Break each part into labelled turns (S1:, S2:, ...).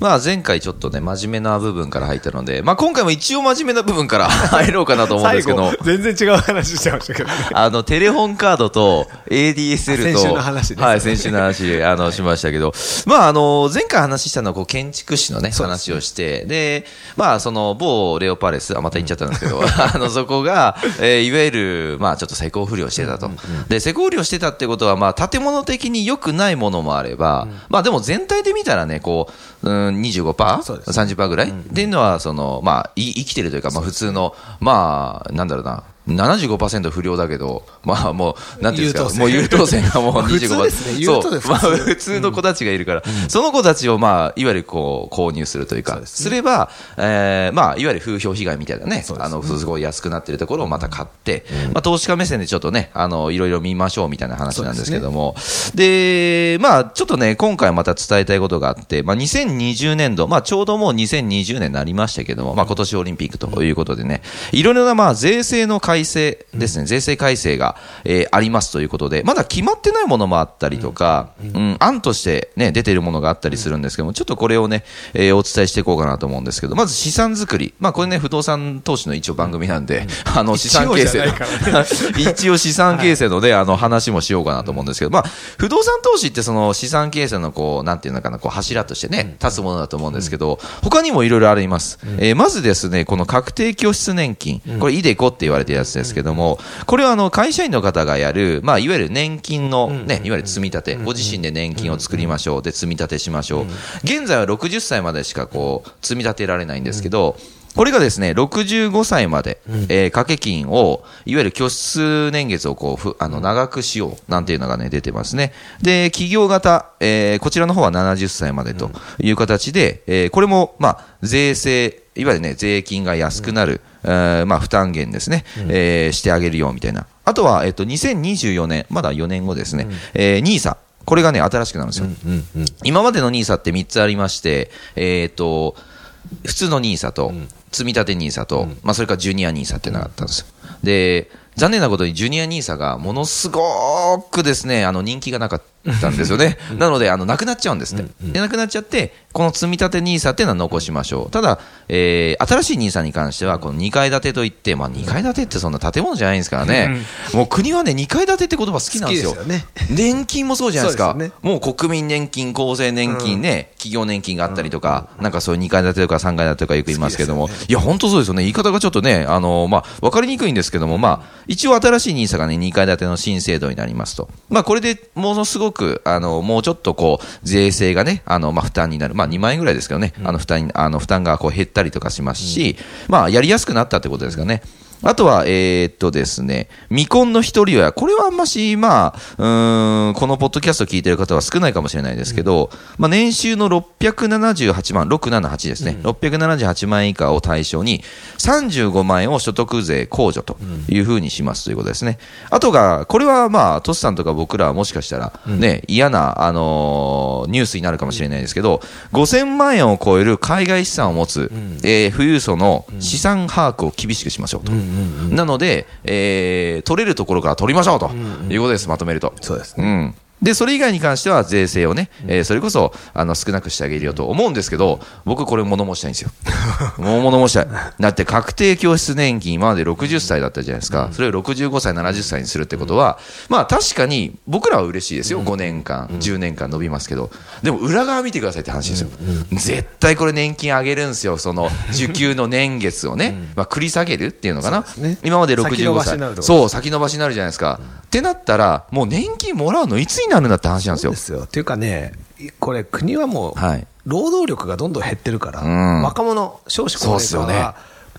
S1: まあ前回ちょっとね、真面目な部分から入ったので、まあ今回も一応真面目な部分から 入ろうかなと思うんですけど、
S2: 全然違う話しちゃいましたけどね。
S1: あの、テレホンカードと ADSL と、
S2: 先週の話ですね
S1: はい、先週の 話、あの、しましたけど、まああの、前回話したのはこう建築士のね、
S2: そうで
S1: 話をして、で、まあその某レオパレス、あ、また言っちゃったんですけ ど、あの、そこが、えーいわゆる、まあちょっと施工不良してたと。で、施工不良してたってことは、まあ建物的に良くないものもあれば、まあでも全体で見たらね、こう、うん、25%?
S2: そうです
S1: 30%ぐらい、っていうのはその、まあ、い生きてるというか、まあ、普通の、まあ、なんだろうな。75%不良だけど、まあもう、なんていうんです
S2: 優
S1: か、
S2: 等生
S1: もう優等生がもう25%。
S2: 普通ですね
S1: そ
S2: 優等生
S1: う、
S2: 普通
S1: まあ普通の子たちがいるから、その子たちをまあ、いわゆるこう、購入するというか、すれば、えーまあ、いわゆる風評被害みたいなね、あの、すごい安くなってるところをまた買って、まあ、投資家目線でちょっとね、あの、いろいろ見ましょうみたいな話なんですけども、でまあ、ちょっとね、今回また伝えたいことがあって、まあ、2020年度、まあ、ちょうどもう2020年になりましたけども、まあ、今年オリンピックということでね、いろいろな、まあ、税制の改正ですね、税制改正が、えーありますということで、まだ決まってないものもあったりとか、うん、案としてね、出ているものがあったりするんですけども、ちょっとこれをね、えーお伝えしていこうかなと思うんですけど、まず資産作り。まあ、これね、不動産投資の一応番組なんで、あの、資産形成。
S2: 一応じゃない
S1: 一応資産形成のね、あの話もしようかなと思うんですけど、まあ、不動産投資ってその資産形成のこう、なんていうのかな、こう柱としてね、立つものだと思うんですけど、他にもいろいろあります。えーまずですね、この確定拠出年金。これ、イデコって言われてるやつですけども、これはあの、会社員の方がやる、まあ、いわゆる年金のね、いわゆる積み立て、ご自身で年金を作りましょう。で、積み立てしましょう。現在は60歳までしかこう、積み立てられないんですけど、これがですね、65歳まで、えー掛け金を、いわゆる拠出年月をこう、ふあの、長くしよう、なんていうのがね、出てますね。で、企業型、えーこちらの方は70歳までという形で、えーこれも、まあ、税制、いわゆるね、税金が安くなる、えーまあ、負担減ですね、えーしてあげるよ、みたいな。あとは、えっ、と、2024年、まだ4年後ですね、えー、NISA。これがね、新しくなるんですよ。今までの NISA って3つありまして、えっ、と、普通の NISA と、積み立て NISA と、まあ、それからジュニア NISA っていうのがあったんですよ。で、残念なことにジュニア NISA がものすごくですね、あの人気がなかったんですよね。なので、あの、なくなっちゃうんですって。で、なくなっちゃって、この積み立て NISA っていうのは残しましょう。ただ、えー新しい NISA に関しては、この2階建てといって、まあ2階建てってそんな建物じゃないんですからね。もう国はね、2階建てって言葉好きなんですよ。
S2: 好きですよね
S1: 年金もそうじゃないですか。
S2: そうです
S1: もう国民年金、厚生年金ね、企業年金があったりとか、なんかそういう2階建てとか3階建てとかよく言いますけども、いや、本当そうですよね。言い方がちょっとね、あの、まあ、わかりにくいんですけども、まあ、一応新しい NISA がね、2階建ての新制度になりますと。まあ、これでものすごく、あの、もうちょっとこう、税制がね、あの、まあ、負担になる。まあ、2万円ぐらいですけどね、あの、負担に、あの、負担がこう減ったりとかしますし、まあ、やりやすくなったってことですかね。あとは、えーっとですね、未婚の一人親。これはあんまし、まあ、うーん、このポッドキャスト聞いてる方は少ないかもしれないですけど、まあ、年収の678万、678ですね。678万円以下を対象に、35万円を所得税控除というふうにしますということですね。あとが、これはまあ、トスさんとか僕らはもしかしたら、ね、嫌な、あのーニュースになるかもしれないですけど、5000万円を超える海外資産を持つ、えー富裕層の資産把握を厳しくしましょうと。なので、えー取れるところから取りましょうということです、まとめると。
S2: そうですね。
S1: うんで、それ以外に関しては税制をね、えーそれこそ、あの、少なくしてあげるよと思うんですけど、僕これ物申したいんですよ。 もう物申したい。だって確定教室年金今まで60歳だったじゃないですか。それを65歳、70歳にするってことは、まあ確かに僕らは嬉しいですよ。5年間、10年間伸びますけど。でも裏側見てくださいって話ですよ。絶対これ年金上げるんですよ。その、受給の年月をね、まあ繰り下げるっていうのかな
S2: そうですね。
S1: 今まで
S2: 先延
S1: 65
S2: ばしになると
S1: 歳。そう、先延ばしになるじゃないですか。ってなったら、もう年金もらうのいつになるんだって話なんです
S2: そう
S1: よ
S2: で。すよ。っていうかね、これ国はもう、
S1: はい
S2: 労働力がどんどん減ってるから、
S1: うん
S2: 若者、少子高齢
S1: そ
S2: 化
S1: うっすよね
S2: は、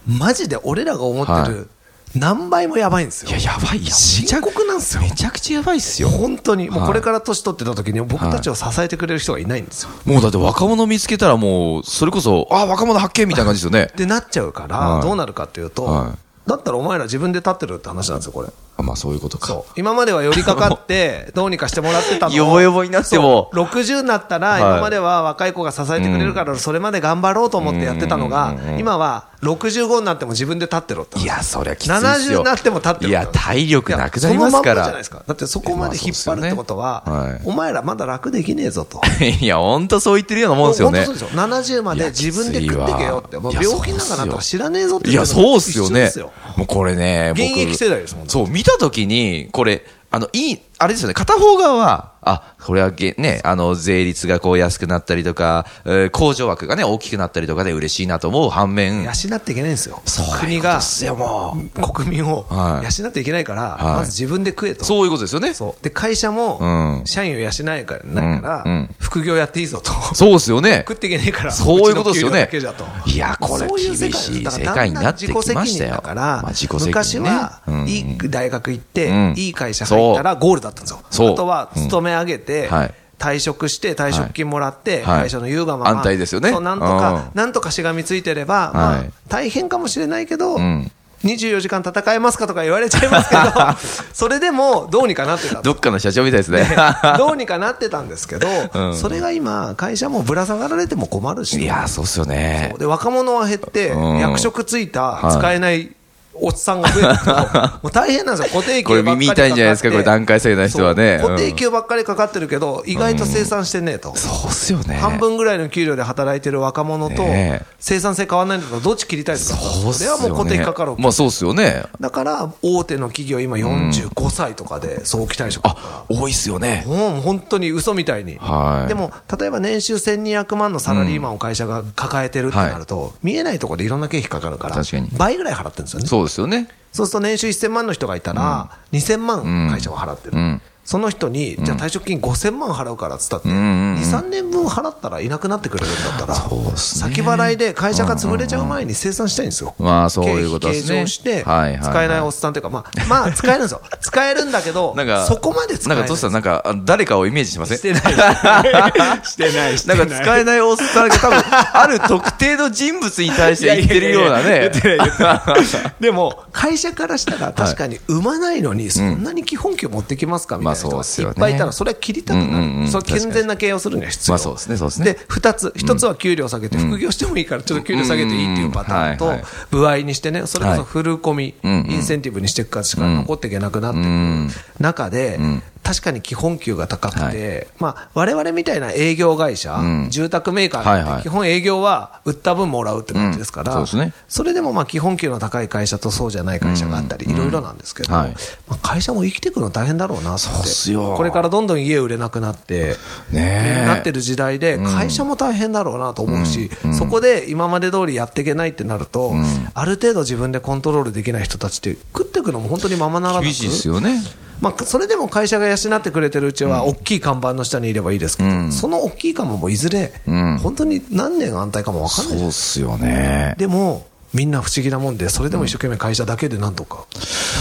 S2: マジで俺らが思って
S1: はい
S2: る何倍もやばいんですよ。
S1: いや、やばい、
S2: 深刻なんですよ。
S1: めちゃくちゃやばいっすよ。
S2: 本当に、も
S1: はい
S2: うこれから年取ってた時に、僕たちを支えてくれる人がいないんですよ。
S1: もうだって若者見つけたらもう、それこそ、あ、若者発見みたいな感じですよ ね
S2: っ。てなっちゃうか
S1: は
S2: ら、
S1: い
S2: どうなるかっていうと、
S1: は
S2: だったらお前ら自分で立ってるって話なんですよ、これ。
S1: あまあそういうことか
S2: そ。う今までは寄りかか って、どうにかしてもらってたのを
S1: よぼよぼになっても
S2: そう60になった
S1: は
S2: ら、
S1: い
S2: 今までは若い子が支えてくれるから、それまで頑張ろうと思ってやってたのが
S1: うん、
S2: 今は65になっても自分で立ってろって話。
S1: いや、そりゃきついっすよ。
S2: 70になっても立ってる
S1: いや、体力なくなり
S2: いや
S1: ま
S2: そ
S1: す
S2: のま
S1: か
S2: んまじゃない
S1: ら
S2: です。か。だってそこまで引っ張るってことは、
S1: まあそうですよねはい
S2: お前らまだ楽できねえぞと。
S1: いや、ほんとそう言ってるようなもんですよね。
S2: 本当そうですよ。70まで自分で食ってけよって。もう
S1: いや
S2: 病気なんかなったら知らねえぞって
S1: い
S2: 言
S1: や、
S2: のと
S1: そうっすよ
S2: 一緒
S1: ね
S2: ですよ。
S1: もうこれね、僕
S2: 現役世代ですもんね
S1: そう、見たときに、これ、あの、いい、あれですよね、片方側は、あ、これはげ、ね、あの、税率がこう安くなったりとか、えー工場枠がね、大きくなったりとかで嬉しいなと思う反面、
S2: 養っていけないんですよ。
S1: そう
S2: 国
S1: そういうこと
S2: が
S1: っすよも
S2: 国民を
S1: はい
S2: 養っていけないから、
S1: はい
S2: まず自分で食えと。
S1: そういうことですよね。そう
S2: そうで、会社
S1: うん
S2: も、社員を養えないから、ないから
S1: うんうん
S2: 副業やっていいぞと。
S1: ですよね
S2: 食。っていけねえから。
S1: そういうことですよね
S2: うちの給料だけじゃと。
S1: いや、これ
S2: そういう
S1: 厳
S2: 世界
S1: しい
S2: だか
S1: 世
S2: ら
S1: 界になってき
S2: だんだん自己
S1: まし
S2: 責
S1: た
S2: 任
S1: よ
S2: だ。から、
S1: まあ自己責任ね
S2: 昔は
S1: うん、
S2: いい大学行っ
S1: うん
S2: て、いい会社入ったらゴールだったんですよ。
S1: そう
S2: あとは、勤め上げて
S1: うんはい、
S2: 退職して、退職金もらって、
S1: はい
S2: 会社の優雅まま。
S1: 安泰ですよね
S2: そう、なんと
S1: うん
S2: か、なんとかしがみついてれば、ま
S1: は
S2: あ
S1: い、
S2: 大変かもしれないけど
S1: ん、
S2: 24時間戦えますかとか言われちゃいますけ ど、それでもどうにかなってたと
S1: どっかの社長みたいですね。
S2: どうにかなってたんですけど、
S1: うん
S2: それが今、会社もぶら下がられても困る し、
S1: いや、そうっすよね
S2: そう。で若者は減って、
S1: うん
S2: 役職ついた
S1: はい
S2: 使えないおっさんが増えると、 もう大変なんですよ、固定
S1: これ
S2: 給ばっかり
S1: 耳痛いんじゃないですか、これ段階制
S2: な
S1: な人はね。
S2: 固定
S1: うん
S2: 給ばっかりかかってるけど、意外と生産してねえと。
S1: そうっすよね。
S2: 半分ぐらいの給料で働いてる若者と
S1: ねえ、
S2: 生産性変わらないんだったらどっち切りたいですか
S1: そうっ
S2: そ
S1: す
S2: れ
S1: よ
S2: は
S1: ね。
S2: もう固定かかる
S1: まあそうっすよね。
S2: だから、大手の企業、今45歳とかで早期退職
S1: あ、多いっすよね。
S2: もう本当に嘘みたいに、
S1: はい
S2: でも例えば年収1200万のサラリーマンを会社が抱えてるってなると、見えないところでいろんな経費かかるから、
S1: 確かに
S2: 倍ぐらい払ってるんですよね、そう
S1: そうですよね。
S2: すると年収1000万の人がいたら、2000万会社は払ってる、
S1: うん
S2: その人に、じゃあ退職金5000万払うからっつったって、
S1: んうんうん
S2: 2、3年分払ったらいなくなってくれるんだったら、
S1: そうっすね
S2: 先払いで会社が潰れちゃう前に生産したいんですよ。
S1: まあそういうことですね
S2: 経費計上して、
S1: はいはいはい
S2: 使えないおっさんというか、まあ、まあ、使えるんですよ。使えるんだけど、
S1: なんか、
S2: そこまで使え
S1: なん
S2: な
S1: か、
S2: い
S1: トシさん、なんか、あ誰かをイメージしません
S2: してない。してない、して
S1: な
S2: なんい。
S1: か、使えないおっさんが多分、ある特定の人物に対して言ってるようなね。
S2: でも、会社からしたら確かに産まないのに、そんなに基本給持ってきますかみたいな人
S1: まあ
S2: が
S1: そうですよね
S2: いっぱいいたら、それは切りたく
S1: うんうんう
S2: なんる。それは健全な経営をするには必要。
S1: まあそうですねそうですね
S2: で、二つ。一つは給料下げて、副業してもいいから、ちょっと給料下げていいっていうパターン
S1: うん
S2: と
S1: うんはいはい、
S2: 部合にしてね、それこそフル込み、
S1: うんうん
S2: インセンティブにしていくかしか残っていけなくなってくる中で、確かに基本給が高くて、まあ、我々みたいな営業会社
S1: ん、
S2: 住宅メーカー
S1: はい
S2: な
S1: は
S2: ん
S1: い
S2: て基本営業は売った分もらうって感じですから、
S1: うんそうですね
S2: それでもまあ基本給の高い会社とそうじゃない会社があったり、いろいろなんですけど、
S1: はい
S2: まあ、会社も生きていくの大変だろうなって
S1: うっすよ
S2: これからどんどん家売れなくなって、
S1: ねえ
S2: なってる時代で、会社も大変だろうなと思うし、そこで今まで通りやっていけないってなると、ある程度自分でコントロールできない人たちって、食っていくのも本当にままならなく
S1: 厳しいですよね。
S2: まあ、それでも会社が養ってくれてるうちは、大きい看板の下にいればいいですけど、
S1: うん
S2: その大きい看板もいずれ、
S1: うん
S2: 本当に何年安泰かも分かんないじゃないですか
S1: そうっすよね。
S2: でも、みんな不思議なもんで、それでも一生懸命会社だけでなんとか。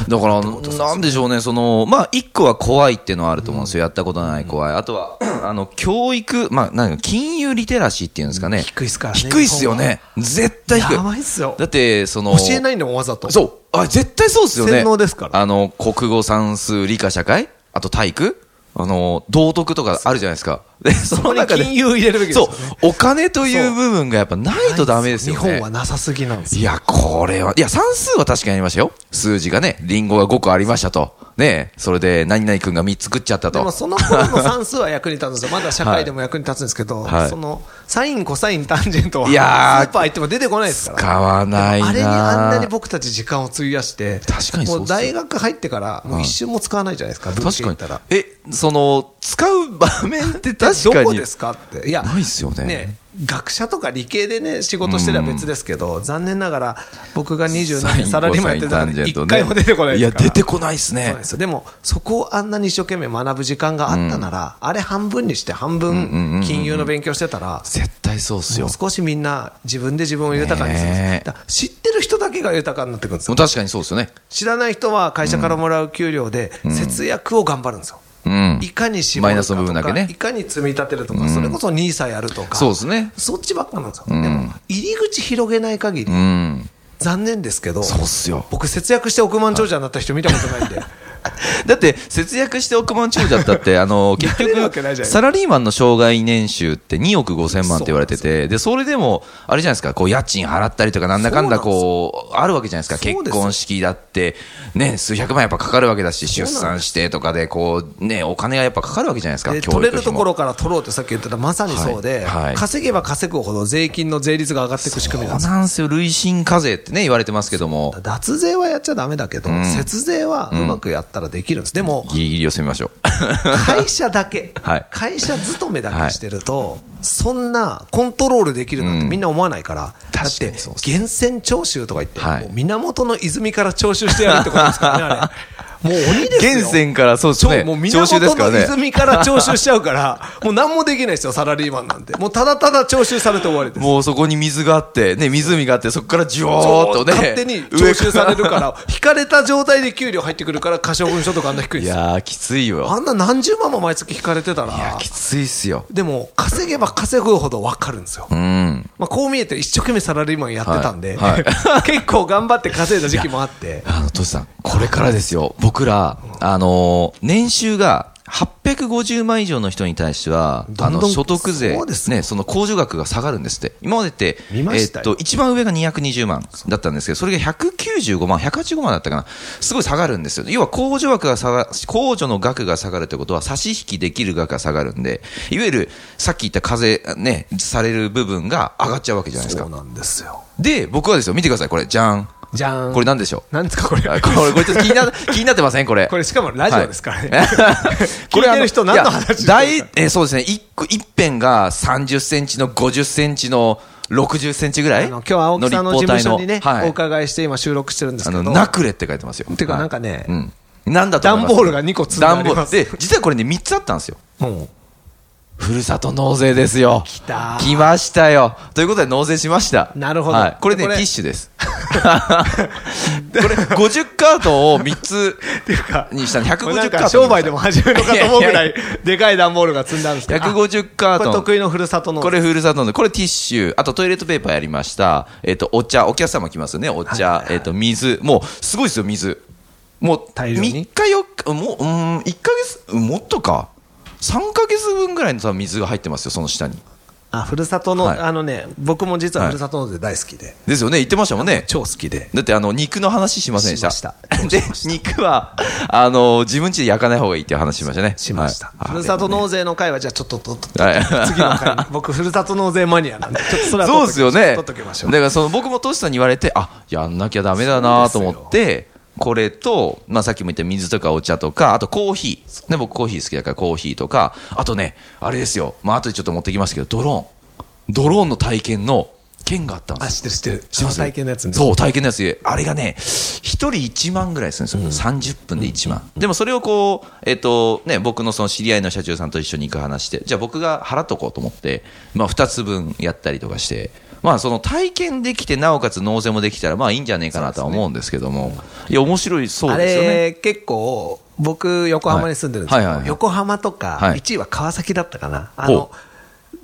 S1: だから、なんでしょうね、その、まあ、一個は怖いっていうのはあると思うんですよ。やったことない怖い。あとは、 あの、教育、まあ、なんか、金融リテラシーっていうんですかね。
S2: 低いっすからね
S1: 低いっすよね。絶対低い。
S2: やばいっすよ
S1: だって、その、
S2: 教えないんだもん、わざと。
S1: そう。あ、絶対そうですよね。
S2: 洗脳ですから
S1: あの、国語、算数、理科、社会、あと体育、あの、道徳とかあるじゃないですか。 で、その
S2: こに
S1: 中で。
S2: 金融入れるべきですよね
S1: そう。お金という部分がやっぱないとダメですよね。
S2: 日本はなさすぎなんです
S1: い
S2: よ。
S1: や、これは、いや、算数は確かにありましたよ。数字がね、リンゴが5個ありましたと。ねそれで、何々君が3つ食っちゃったと。
S2: でもその頃の算数は役に立つんですよ。まだ社会でも役に立つんですけど、
S1: はい
S2: その、サイン、コサイン、タンジェントは、
S1: いやー
S2: スーパー行っても出てこないですから。
S1: 使わないな
S2: あれにあんなに僕たち時間を費やして、
S1: 確かにそうっすよ
S2: もう大学入ってから、もう一瞬も使わないじゃないですか、文系
S1: 確
S2: 行
S1: か
S2: っ
S1: に
S2: たら。。
S1: え、その、使う場面って確
S2: ど
S1: かに。
S2: こですかって。いや、
S1: ないっすよね
S2: 学者とか理系でね、仕事してれば別ですけど、残念ながら、僕が20何年サラリーマンやってた
S1: サインコサインタ
S2: の
S1: ンジェ
S2: に、
S1: ントね
S2: 一回も出てこない
S1: い
S2: で
S1: や、
S2: すから。
S1: 出てこないです
S2: そうなん
S1: ね
S2: で。すよでも、そこをあんなに一生懸命学ぶ時間があったなら、あれ半分にして、半分金融の勉強してたら、
S1: 絶対そうっす
S2: も
S1: よ
S2: う。少しみんな自分で自分を豊かにするんです
S1: ねえ
S2: だから知ってる人だけが豊かになってくるんです
S1: もう
S2: よ
S1: 確かにそうですよね。
S2: 知らない人は会社からもらう給料で節約を頑張るんですよ、
S1: うん。
S2: いかに絞
S1: マイ
S2: る
S1: ナ
S2: か
S1: スの部分
S2: と
S1: だけ
S2: か、
S1: ね
S2: いかに積み立てるとか、それこそ NISA やるとか、
S1: そうですね。
S2: そっちばっかなんですよ、でも入り口広げない限り、
S1: うん。
S2: 残念ですけど、
S1: そうっすよ。
S2: 僕、節約して億万長者になった人見たこと ないんで、
S1: だって、節約して億万長者だった って、あの、結
S2: なれるわけないじゃ
S1: 局、
S2: ない
S1: サラリーマンの障害年収って2億5千万って言われてて、で、それでも、あれじゃないですか、こう、家賃払ったりとか、なんだかんだこう、あるわけじゃないですか、
S2: そうですよ
S1: 結婚式だって、ね、数百万やっぱかかるわけだし、
S2: そう
S1: 出
S2: なんです
S1: 産してとかで、こう、ね、お金がやっぱかかるわけじゃないですか、
S2: で
S1: 教育
S2: 取れるとこ
S1: ろ
S2: ろから取ろうってさっき言ってた、まさにそうで、
S1: はいはい
S2: 稼げば稼ぐほど税金の税率が上がっていく仕組みなんですよ。
S1: なんですよ、累進課税ってね、言われてますけども、
S2: 脱税はやっちゃだめだけど、節税はうまくやったらできるんです、でも、
S1: ギリギリを攻めましょう。
S2: 会社だけ、
S1: はい
S2: 会社勤めだけしてると、そんなコントロールできるなんてみんな思わないから、だっ
S1: 確か
S2: て
S1: にそう
S2: 源
S1: っす
S2: 泉徴収とか言って、
S1: はい
S2: もう源の泉から徴収してやるってことですからね、あれ、 もう鬼ですよ。
S1: 源泉から、そうです
S2: そう
S1: ね
S2: もう、
S1: 徴収です
S2: 源
S1: から
S2: の
S1: ね。
S2: 泉から徴収しちゃうから、もう何もできないですよ、サラリーマンなんて。もうただただ徴収されて終わりです。
S1: もうそこに水があって、ね、湖があって、そこからジューっとね、
S2: 勝手に徴収される
S1: 上
S2: から、引かれた状態で給料入ってくるから、過小分所とかあんな低い
S1: い
S2: ですよ。
S1: やー、きついよ。
S2: あんな何十万も毎月引かれてたら。
S1: いや、きついっすよ。
S2: でも、稼げば稼ぐほど分かるんですよ。
S1: うん。
S2: まあ、こう見えて一生懸命サラリーマンやってたんで、
S1: はい
S2: 結構頑張って稼いだ時期もあって、
S1: あの、トシさん、これからですよ。僕ら、あのー年収が、850万以上の人に対しては、
S2: どんどん
S1: あの所得税
S2: そうですよ
S1: ね、その控除額が下がるんですって、今までって、
S2: 見ま
S1: え
S2: し
S1: ー
S2: た
S1: っ
S2: よ
S1: と一番上が220万だったんですけど、それが195万、185万だったかな、すごい下がるんですよ、要は控除額が下が控除の額が下がるということは、差し引きできる額が下がるんで、いわゆるさっき言った課税、ね、される部分が上がっちゃうわけじゃないです
S2: そう
S1: か。
S2: なんですよ。
S1: で、僕はですよ、見てください、これ、じゃん、
S2: じゃーん。
S1: これ、なんでしょう。
S2: なんですかこれ。
S1: あこれ、これちょっと気に な、気になってませんこれ。
S2: これしかもラジオですからね。
S1: これ
S2: 聞いてる人
S1: あの
S2: 何の話してる
S1: いや大えーそうですね。一個、一辺が30センチの50センチの60センチぐら
S2: あ
S1: い
S2: の今日青木さんの事
S1: 立方
S2: 務
S1: 体
S2: 所にね、
S1: はい
S2: お伺いして今収録してるんです
S1: あ
S2: け
S1: の、
S2: ど、
S1: ナクレって書いてますよ。
S2: てか
S1: はい
S2: なんかね
S1: うん。なんだと思います
S2: 段ボールが二個積んであります
S1: 段ボールで、実はこれね、3つあったんですよ。
S2: うん
S1: ふるさと納税ですよ。
S2: 来たー
S1: 来ましたよ。ということで納税しました。
S2: なるほど
S1: はいこれね、
S2: こ
S1: テ
S2: れ
S1: ィッシュです。 これ、50カードを3つ
S2: っていうか、
S1: にしたの、150カー
S2: もう
S1: ドに
S2: なん
S1: した
S2: か商売でも始めるのかと思うぐら
S1: い
S2: い、でかい段ボールが積んであるんですけど、
S1: 150カ
S2: あ
S1: ー
S2: こ
S1: ト
S2: れ
S1: ン。
S2: 得意のふるさとの。
S1: これ、ふるさとの、これティッシュ、あとトイレットペーパーやりました。えっ、と、お茶、お客様来ますよね、お茶、えっ、と、水、もう、すごいですよ、水。もう、
S2: 大
S1: 3
S2: 量に
S1: 日、4日、もう、うーん、1ヶ月、うんもっとか。3ヶ月分ぐらいの多分水が入ってますよ、その下に。
S2: あ、ふるさとの、
S1: はい
S2: あのね、僕も実は
S1: はい
S2: ふるさと納税大好きで、
S1: ですよね、言ってましたもんね。
S2: 超好きで。
S1: だって、あの、肉の話しませんでした。
S2: しました
S1: で
S2: しまし、た
S1: 肉は、あの、自分家で焼かない方がいいっていう話しましたね。
S2: しました、
S1: はい
S2: ふるさと納税の会は、じゃあちょっとととと
S1: はい
S2: 次の会に、 僕、ふるさと納税マニアなんで、ちょっとそれは
S1: そうですよね。
S2: 取っときましょう
S1: だ。からその僕もトシさんに言われて、あやんなきゃだめだなと思って、これと、まあ、さっきも言った水とかお茶とか、あとコーヒー。ね、僕コーヒー好きだからコーヒーとか、あとね、あれですよ。まあ、後でちょっと持ってきますけど、ドローン。ドローンの体験の券があったんで
S2: あ、
S1: す
S2: 知ってる知ってる。
S1: 知ってます
S2: あの体験のやつね。
S1: そう、体験のやつ。あれがね、一人1万ぐらいするんですよ。30分で1万。でもそれをこう、えっ、と、ね、僕のその知り合いの社長さんと一緒に行く話して、じゃあ僕が払っとこうと思って、まあ2つ分やったりとかして、まあその体験できて、なおかつ納税もできたら、まあいいんじゃねえかなとは思うんですけども、いや、面白いそう
S2: あ
S1: ですよね。
S2: れ、結構、僕、横浜に住んでるんです
S1: は
S2: け
S1: いはいはいは
S2: ど、
S1: い
S2: 横浜と
S1: は
S2: か、
S1: い
S2: 1位は川崎だったかな。あ
S1: ほ
S2: の、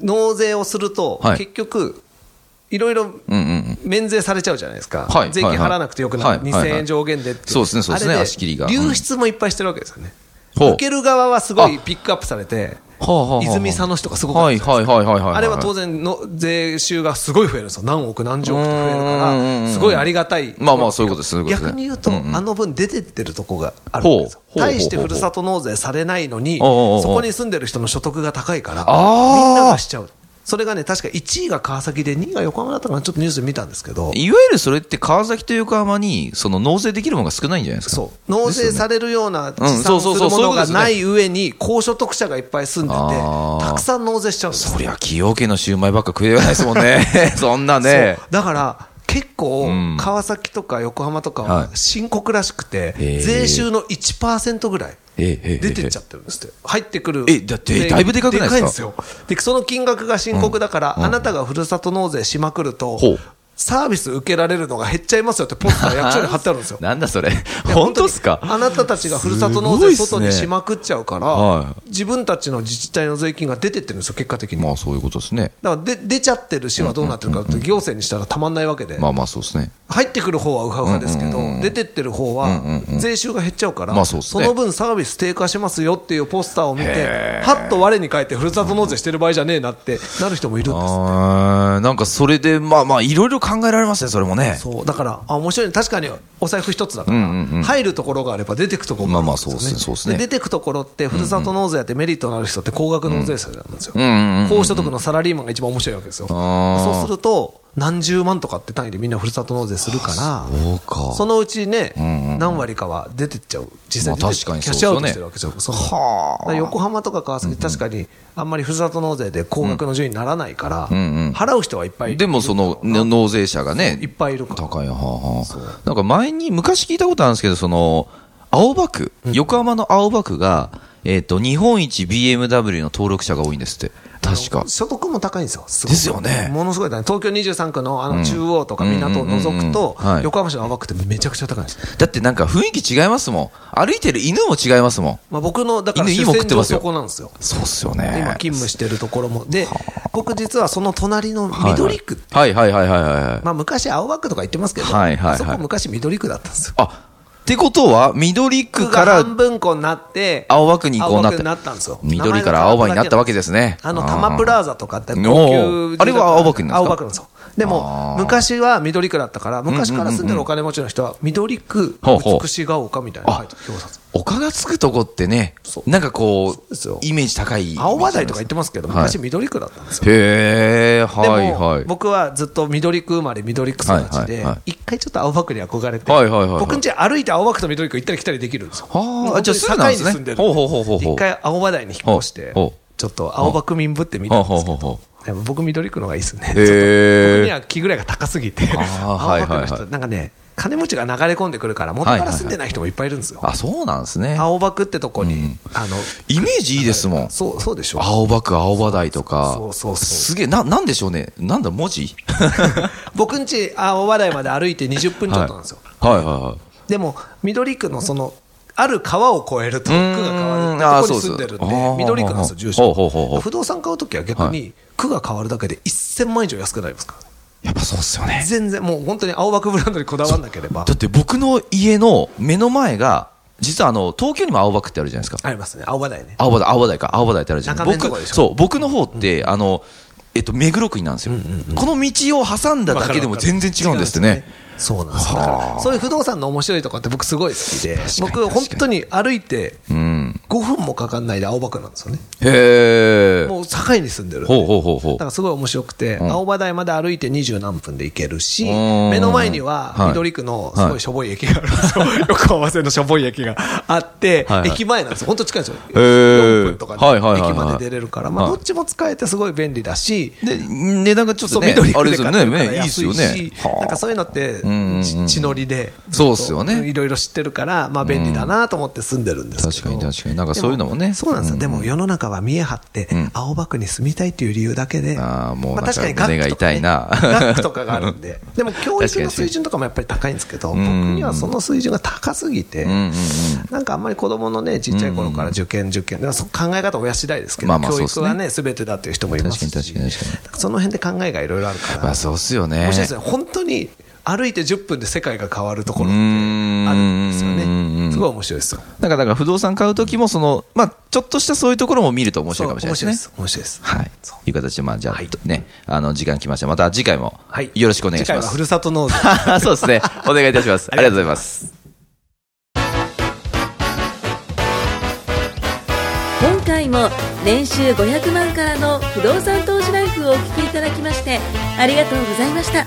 S2: 納税をすると
S1: は、い
S2: 結局、いろいろ
S1: うんうんうん。
S2: 免税されちゃうじゃないですか
S1: はい。
S2: 税金払わなくてよく
S1: は
S2: ないる。
S1: はいはい
S2: 2000円上限でって。
S1: そうですねそうですね
S2: あれ
S1: 足切りが
S2: 流出もいっぱいしてるわけですよね。
S1: ほう
S2: 受ける側はすごいピックアップされて、
S1: はあはあはあ
S2: 泉佐野市とかすごく
S1: はいはいはいはいはい。
S2: あれは当
S1: 然。
S2: 然の税収がすごい増えるんですよ、何億、何十億と増える
S1: うんうんうん
S2: か
S1: うん
S2: ら、すごいありがたい、
S1: まあまあそういうことですそういうことです
S2: 逆に言うと、
S1: うんうん
S2: あの分出てってるとこがあるんですよ
S1: ほ、うほうほうほう
S2: 対してふるさと納税されないのに、
S1: おうおうおう
S2: そこに住んでる人の所得が高いから、
S1: あー
S2: みんながしちゃう、それがね、確か1位が川崎で、2位が横浜だったかな、ちょっとニュースで見たんですけど、
S1: いわゆるそれって川崎と横浜に、その納税できるものが少ないんじゃないですか。
S2: そう納税されるような
S1: よねうん
S2: 持参す
S1: そう
S2: る
S1: そうそう
S2: も
S1: そういう
S2: の
S1: ことで
S2: が
S1: すね
S2: ない上に、高所得者がいっぱい住んで
S1: あ
S2: て
S1: ー、
S2: たくさん納税しちゃうんですよ
S1: そりゃ、崎陽軒のシューマイばっか食えないですもん ね。そんなね
S2: そ。うだから結構
S1: ん、
S2: 川崎とか横浜とか
S1: はい
S2: は深刻らしくて、
S1: へー
S2: 税収の1%ぐらい、
S1: ええええ
S2: 出てっちゃってるんですって、入ってくる、
S1: えだって
S2: ね
S1: だいぶでかくないですか
S2: よでその金額が深刻だから、あなたがふるさと納税しまくると、
S1: ほう
S2: サービス受けられるのが減っちゃいますよって、ポスタ ー、役所に貼ってあるんですよ。
S1: なんだそれ。
S2: いや
S1: 本当っ
S2: に
S1: すか
S2: あなたたちがふるさと
S1: す
S2: 納
S1: ごい
S2: 税
S1: っすね
S2: 外にしまくっちゃうから、
S1: は
S2: 自分たちの自治体の税金が出てってるんですよ、結果的に。
S1: まあそういうことですね。
S2: だからで出ちゃってる市はどうなってるかって、行政にしたらたまんないわけで、
S1: まあまあそうですね。
S2: 入ってくる方はウハウハですけど、出てってる方は税収が減っちゃうから、
S1: まあそうっすね
S2: の分サービス低下しますよっていうポスターを見て
S1: へ、ー
S2: はっと我に返って、ふるさと納税してる場合じゃねえなってなる人もいるんです。
S1: あーなんかそれで、まあまあいろいろ考えられますね、それもね。
S2: そうだから、あ面白いね、確かにお財布一つだから、
S1: うんうんうん
S2: 入るところがあれば出てくところがあるんですよ
S1: まあまあそうっすねそうっすね
S2: で出てくところって、ふるさと納税やってメリットのある人って高額納税者なんですよ、
S1: うんうんうん
S2: 高所得のサラリーマンが一番面白いわけですよ、
S1: あー
S2: そうすると、何十万とかって単位でみんなふるさと納税するから、
S1: そうか
S2: そのうちね、
S1: んうん
S2: 何割かは出てっちゃう、実際
S1: まあ
S2: 出てっち
S1: 確
S2: ゃう、
S1: かに
S2: キ
S1: そうで
S2: ャッ
S1: す
S2: シュアウ
S1: よ
S2: ト
S1: ね
S2: してるわけですよ、その
S1: はあ
S2: だから横浜とか川崎、確かにあんまりふるさと納税で高額の順位にならないから、
S1: んうん
S2: 払う人はいっぱいいる
S1: でもそのね納税者がね、
S2: いっぱいいるから。
S1: 高いはあはあなんか前に昔聞いたことあるんですけどその青葉区、横浜の青葉区が、えっと日本一 BMW の登録者が多いんですって確か
S2: 所得も高いんですよ、すごく
S1: ですよね
S2: ものすごい高い、東京23区のあの中央とか港を除くと
S1: うんうんうんうんはい、
S2: 横浜市の青葉区ってめちゃくちゃ高いんです、
S1: だってなんか雰囲気違いますもん歩いてる犬も違いますもん
S2: まあ、僕のだから
S1: 犬
S2: 出
S1: 今食
S2: 店
S1: ってま
S2: 所、
S1: すよ
S2: そこなんですよ、
S1: そうっすよ
S2: で
S1: ね
S2: 今、勤務してるところも、で、僕、実はその隣の緑区って、
S1: はいはいはいはいはいはいはい
S2: まあ、昔、青葉区とか言ってますけど、
S1: はいはいはい
S2: あそこ、昔、緑区だったんですよ。
S1: あってことは緑区
S2: 区
S1: か
S2: が
S1: ら
S2: 半分こになって、
S1: 青葉区にこうなって
S2: 青葉区になったんですよ
S1: 緑から青葉になったわけですね
S2: あの、
S1: あー
S2: 多摩プラザとかって、高級
S1: おーあれは青葉区なんですか
S2: 青葉区なんですよ。で
S1: あ、
S2: も
S1: ー
S2: 昔は緑区だったから、昔から住んでるお金持ちの人は、緑区、
S1: ほうほう
S2: 美しが丘みたいなのが入ってる表札。
S1: 丘がつくとこってね
S2: そう
S1: なんかこ
S2: うですよ
S1: うイメージ高い
S2: 青葉台とか言ってますけど、
S1: はい
S2: 昔緑区だったんですよ。
S1: へえはい
S2: で
S1: はい
S2: も、僕はずっと緑区生まれ、緑区育ち
S1: はい
S2: で
S1: はいはい、
S2: 一回ちょっと青葉区に憧れて、
S1: はいはいはいはい
S2: 僕ん家歩いて青葉区と緑区行ったり来たりできるんですよ。
S1: はあ
S2: 本当
S1: じゃあ
S2: に
S1: すぐなんですね
S2: 境に住んでる
S1: ほうほうほうほうほう
S2: 一回青葉台に引っ越して
S1: ほうほ、
S2: ちょっと青葉区民ぶってみたんですけ
S1: ほうほうほ
S2: ど、でも僕緑区の方がいいです
S1: へ
S2: ね。
S1: え
S2: 僕には木ぐらいが高すぎて、青
S1: あー
S2: 葉区
S1: はい
S2: の
S1: はい
S2: 人、
S1: は
S2: なんかね、金持ちが流れ込んでくるから、元から住んでない人もいっぱいいるんですよ。
S1: あ、そうなんですね。
S2: 青葉区ってとこに、あの、
S1: イメージいいですもん。
S2: そう、そうでしょ。
S1: 青葉区、青葉台とか。
S2: そうそうそう
S1: すげえ、な、なんでしょうね。なんだ、文字
S2: 僕ん家、青葉台まで歩いて20分ちょっとなんですよ。
S1: はいはいは
S2: でも、緑区のその、ある川を越えると、区が変わるって
S1: うーん
S2: とこに住んでるん
S1: あーそうですあ
S2: で、
S1: ー
S2: 緑区なんですよ、住
S1: ほうほうほうほ
S2: 所。
S1: う
S2: 不動産買うときは逆
S1: は
S2: に、区が変わるだけで1000万以上安くなりますからね。
S1: い。やっぱそうっすよね。
S2: 全然、もう本当に青葉区ブランドにこだわらなければ
S1: だ。って僕の家の目の前が、実はあの、東京にも青葉区ってあるじゃないですか。
S2: ありますね、青葉台ね。
S1: 青葉台、青葉台か、青葉台ってあるじゃない
S2: 中目のとこ
S1: 僕、
S2: でしょ
S1: そう、僕の方って、あの、えっと、目黒区になんですよ、この道を挟んだだけでも全然違うんですってね。
S2: そうなんですよだからそういう不動産の面白いとこって僕すごい好きで
S1: 確かに
S2: 僕本当に歩いて
S1: うん。
S2: 5分もかかんないで青葉区なんですよね
S1: へえ。
S2: もう境に住んでるんで
S1: ほうほうほうほう
S2: だからすごい面白くて、
S1: ん
S2: 青葉台まで歩いて二十何分で行けるし、
S1: うん
S2: 目の前には
S1: はい
S2: 緑区のすごいしょぼい駅があるん ですよ。横浜線のしょぼい駅があって、
S1: はいはい
S2: 駅前なんですよ。本当近いんですよ。
S1: へー
S2: 4分とかで、
S1: はいはいはいはい
S2: 駅まで出れるから、まあ
S1: は
S2: ど
S1: い
S2: っちも使えてすごい便利だし、
S1: で、値段がちょっ
S2: そ
S1: と
S2: う、
S1: ね、
S2: 緑
S1: あ
S2: 区
S1: れ
S2: で
S1: です
S2: 買
S1: よ
S2: って
S1: ね。ね
S2: るから
S1: いいっ
S2: 安
S1: す
S2: い
S1: よ
S2: し
S1: ね。、
S2: なんかそういうのっ
S1: んうん
S2: て、ち地乗りで、
S1: そうっすよね
S2: いろいろ知ってるから、まあ便利だなと思って住んでるんですけど。
S1: 確かに確かになんかそういうのもね
S2: でそうなんですよ。でも世の中は見え張って
S1: ん、
S2: 青葉区に住みたいという理由だけで、
S1: あーもう
S2: ま
S1: なんか
S2: 確かに
S1: 胸が痛いな
S2: 学区とかね学区とかがある んで。でも教
S1: 確
S2: 育
S1: か
S2: の
S1: に
S2: 水準とかもやっぱり高いんですけど、僕
S1: ん
S2: にはその水準が高すぎて
S1: うんうんうん、
S2: なんかあんまり子供のね、ちっちゃい頃から受験受験、だからそ考え方親次第ですけ
S1: ま
S2: ど、
S1: あまあ
S2: 教
S1: そうっす
S2: 育
S1: ね
S2: はね、すべてだという人もいます
S1: 確
S2: し
S1: かに確かに確、
S2: その辺で考えがいろいろあるから。
S1: まあそうっすよね。
S2: 面白いですね、本当に歩いて10分で世界が変わるところっ
S1: う
S2: て
S1: ーん
S2: あるんですよ
S1: うんうんう
S2: ね、
S1: ん
S2: すごい面白いですよ。
S1: なんかだから不動産買う時もその、まあ、ちょっとしたそういうところも見ると面白いかもしれないですね。
S2: そう面白いです、面白い
S1: はい
S2: です。そう。
S1: いう形で、まあ、じゃあ、
S2: はい
S1: ね、あの、時間来ました。また次回も、
S2: はい
S1: よろしくお願いし
S2: 次回
S1: ま
S2: はふ
S1: す。
S2: るさと納税。
S1: そうですね。お願いいたし ます。ありがとうございます。
S3: 今回も年収500万からの不動産投資ライフをお聞きいただきましてありがとうございました